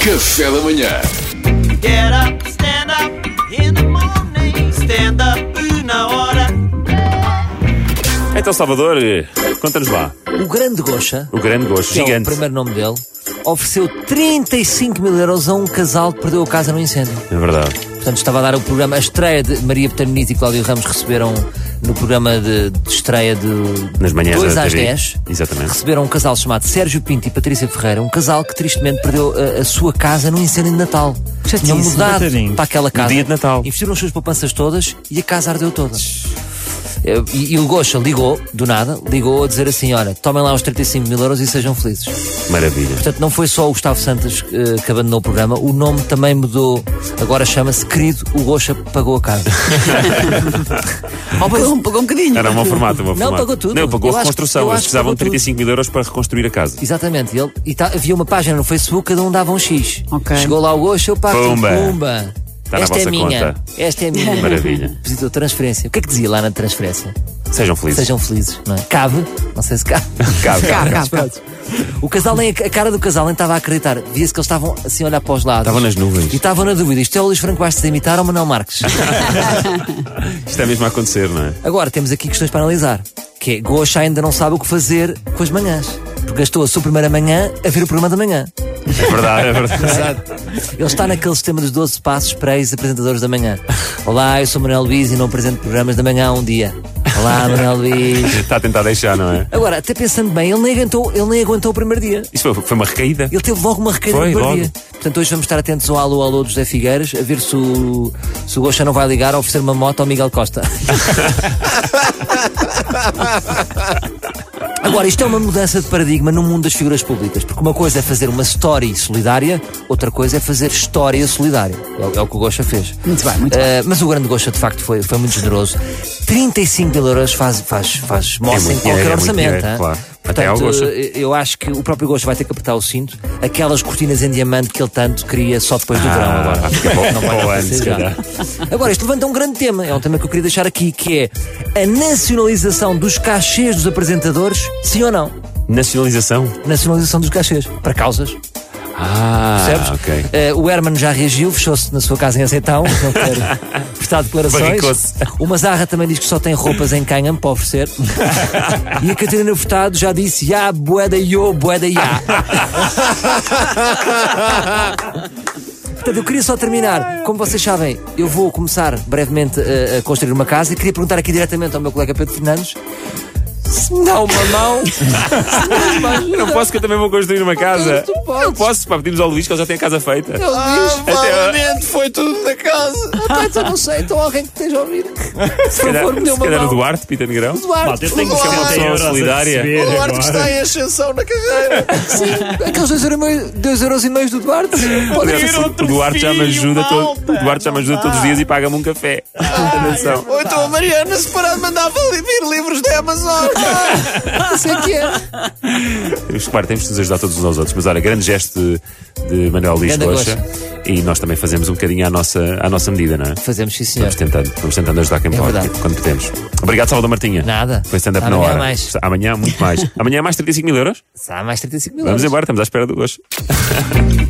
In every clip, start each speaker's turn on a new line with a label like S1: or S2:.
S1: Café da Manhã.
S2: Get up, stand up in the morning. Stand up na hora.
S3: Então, Salvador, eh, conta-nos lá.
S4: O grande Gocha,
S3: O grande gosto,
S4: que é o
S3: gigante.
S4: primeiro nome dele, ofereceu 35 mil euros a um casal que perdeu a casa no incêndio.
S3: É verdade.
S4: Portanto, estava a dar o programa, a estreia de Maria Betanite e Cláudio Ramos receberam no programa de, de estreia de
S3: Nas manhãs
S4: 2
S3: da
S4: às
S3: TV.
S4: 10.
S3: Exatamente.
S4: Receberam um casal chamado Sérgio Pinto e Patrícia Ferreira, um casal que tristemente perdeu a, a sua casa num incêndio de Natal.
S3: Chatice,
S4: Tinham mudado
S3: coitadinhos.
S4: para aquela
S3: No
S4: casa.
S3: dia de Natal.
S4: Investiram as suas poupanças todas e a casa ardeu toda. Eh, E, e o Gocha ligou, do nada, ligou a dizer assim: olha, tomem lá os 35 mil euros e sejam felizes.
S3: Maravilha.
S4: Portanto, não foi só o Gustavo Santos eh, que abandonou o programa, o nome também mudou. Agora chama-se Querido, o Gocha pagou a casa.
S5: Pagou, um- pagou um bocadinho.
S3: Era um bom formato, um bom
S4: Não,
S3: formato.
S4: pagou tudo.
S3: Não, pagou
S4: Eu
S3: a
S4: acho-
S3: reconstrução.
S4: eu
S3: Eles
S4: acho que
S3: precisavam de
S4: pagou tudo.
S3: 35 mil euros para reconstruir a casa.
S4: Exatamente, ele, e tá- havia uma página no Facebook, cada um dava um X.
S5: Ok.
S4: Chegou lá o Gocha, eu pago
S3: Pumba.
S4: Pumba.
S3: Tá na
S4: Esta é
S3: vossa
S4: minha.
S3: conta.
S4: Esta é minha.
S3: Maravilha.
S4: Visitou transferência. O que é que dizia lá na transferência?
S3: Sejam felizes.
S4: Sejam felizes, não é? Cabe? Não sei se cabe.
S3: Cabe.
S5: Cá, cá, cá.
S4: Pronto. O casal nem, a cara do casal nem estava a acreditar. Via-se que eles estavam assim a olhar para os lados.
S3: Estavam nas nuvens.
S4: E estavam na dúvida: isto é o Luís Franco Bastos a imitar ou Manuel Marques?
S3: Isto é mesmo a acontecer, não é?
S4: Agora temos aqui questões para analisar. Que é, Gocha ainda não sabe o que fazer com as manhãs. Porque gastou a sua primeira manhã a ver o programa da manhã.
S3: É verdade, é verdade.
S4: Ele está naquele sistema dos 12 passos para ex-apresentadores da manhã. Olá, eu sou Manuel Luís e não apresento programas da manhã há um dia. Olá, Manuel Luís.
S3: Está a tentar deixar, não é?
S4: Agora, até pensando bem, ele nem aguentou, ele nem aguentou o primeiro dia.
S3: Isso foi, foi uma recaída.
S4: Ele teve logo uma recaída
S3: Foi,
S4: de
S3: logo.
S4: bardia. Portanto, hoje vamos estar atentos ao alô alô do José Figueiras, a ver se o, se o Gocha não vai ligar a oferecer uma moto ao Miguel Costa. Agora, isto é uma mudança de paradigma no mundo das figuras públicas, porque uma coisa é fazer uma story solidária, outra coisa é fazer história solidária. É, o- é o que o Gocha fez.
S5: Muito bem, muito
S4: Eh, Mas o grande Gocha, de facto, foi, foi muito generoso. 35 mil euros faz, faz, faz moça em
S3: muito dinheiro,
S4: qualquer
S3: é muito
S4: orçamento.
S3: dinheiro,
S4: hã?
S3: claro.
S4: Portanto,
S3: Até ao Gocha.
S4: eh, eu acho que o próprio Gosto vai ter que apertar o cinto. Aquelas cortinas em diamante que ele tanto queria só depois
S3: Ah,
S4: do verão agora.
S3: fica é bom-
S4: Não vai
S3: bom
S4: dar para
S3: ano,
S4: ser
S3: se
S4: já.
S3: calhar.
S4: Agora, isto levanta um grande tema. É um tema que eu queria deixar aqui, que é a nacionalização dos cachês dos apresentadores, sim ou não?
S3: Nacionalização.
S4: Nacionalização dos cachês, para causas,
S3: Ah,
S4: percebes?
S3: ok.
S4: Eh, o Herman já reagiu, fechou-se na sua casa em Aceitão, não quero
S3: Barricou-se.
S4: prestar declarações. O Mazarra também diz que só tem roupas em Canham para oferecer. e a Catarina Furtado já disse, ya, boeda yo, boeda ya. Portanto, eu queria só terminar. Como vocês sabem, eu vou começar brevemente eh, a, a construir uma casa e queria perguntar aqui diretamente ao meu colega Pedro Fernandes se me dá uma mão.
S3: Eu não posso que eu também vou construir uma casa.
S4: tu podes.
S3: Eu posso, pá, pedimos ao Luís que ele já tem a casa feita.
S4: Eu
S3: Até,
S2: Foi tudo da casa.
S4: digo, eu não sei, então alguém que esteja a ouvir. Se
S3: se calhar,
S4: favor, me dê
S3: se
S4: uma
S3: calhar o
S4: mão.
S3: Duarte, Pita Negrão.
S4: Duarte,
S6: Eu tenho
S4: por
S6: que
S4: favor.
S6: ser uma pessoa
S3: solidária.
S6: solidária.
S2: O Duarte está em ascensão na carreira.
S4: Sim, aqueles 2 euros, e meio do Duarte. Pode
S3: Não,
S4: ser.
S3: assim,
S4: assim.
S3: o Duarte já me
S6: filho,
S3: ajuda, todo,
S6: malta. Ah, é
S3: o Duarte já me ajuda todos os dias e paga-me um café. Atenção.
S2: Ou então a Mariana se parar de mandar vir livros da Amazon.
S4: Isso é que é.
S3: Temos- Claro, temos de nos ajudar todos uns aos outros, mas olha, grande gesto de, de Manuel Luís
S4: Grande
S3: Rocha. E nós também fazemos um bocadinho à nossa, à nossa medida, não é?
S4: Fazemos, sim, senhor.
S3: Vamos tentando, vamos tentando ajudar quem pode,
S4: É verdade.
S3: quando podemos. Obrigado, Salvador Martinha.
S4: Nada.
S3: Foi stand-up na
S4: Amanhã
S3: hora.
S4: mais.
S3: Amanhã, muito mais. Amanhã, mais 35 mil euros.
S4: Há mais 35 mil
S3: Vamos
S4: euros.
S3: embora, estamos à espera do gosto.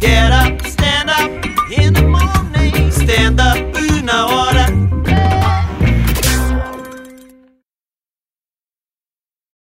S2: Get up, stand up in the morning. Stand up na hora.